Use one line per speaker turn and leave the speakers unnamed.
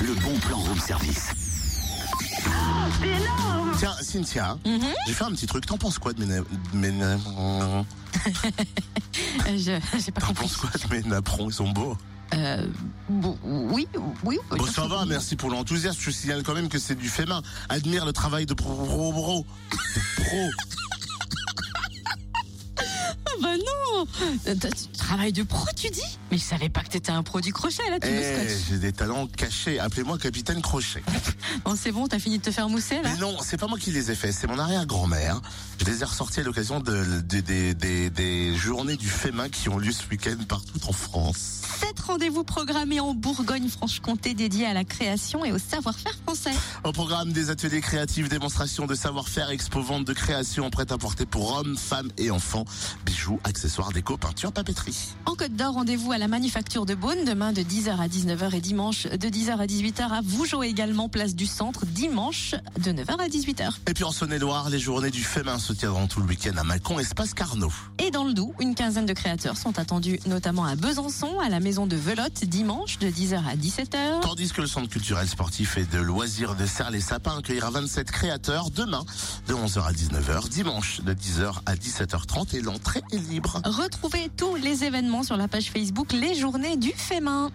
Le bon plan room service.
C'est énorme
Tiens, Cynthia, j'ai fait un petit truc. T'en penses quoi de mes... na- de mes na-
Euh, Je j'ai pas
T'en
compris.
penses quoi de mes napperons Ils sont beaux.
Euh, bon, oui, oui.
Bon, ça va, merci pour l'enthousiasme. Je signale quand même que c'est du fait main. Admire le travail de pro. pro, pro, de pro.
Ah bah non Euh, toi, Tu travailles de pro, tu dis Mais je savais pas que t'étais un pro du crochet, là, tu me
Eh,
scotches.
j'ai des talents cachés. Appelez-moi Capitaine Crochet.
Bon, Ah, c'est bon, t'as fini de te faire mousser, là
Mais non, c'est pas moi qui les ai faits, c'est mon arrière-grand-mère. Je les ai ressortis à l'occasion de- de- des- des- des journées du FEMA qui ont lieu ce week-end partout en France.
Sept rendez-vous programmés en Bourgogne-Franche-Comté dédiés à la création et au savoir-faire français.
Au programme des ateliers créatifs, démonstrations de savoir-faire, expo vente de création prête à porter pour hommes, femmes et enfants, bijoux, accessoires, déco, peinture, papeterie.
En Côte d'Or, rendez-vous à la Manufacture de Beaune demain de 10h à 19h et dimanche de 10h à 18h à Vougeot également, place du centre, dimanche de 9h à 18h.
Et puis en Saône-et-Loire, les journées du FEMA se tiendront tout le week-end à Mâcon, espace Carnot.
Et dans le Doubs, une quinzaine de créateurs sont attendus, notamment à Besançon, à la maison de Velotte, dimanche de 10h à 17h.
Tandis que le Centre culturel sportif et de loisirs de Serres-les-Sapins accueillera 27 créateurs demain de 11h à 19h, dimanche de 10h à 17h30 et l'entrée est libre.
Retrouvez tous les événements sur la page Facebook Les Journées du Fémin.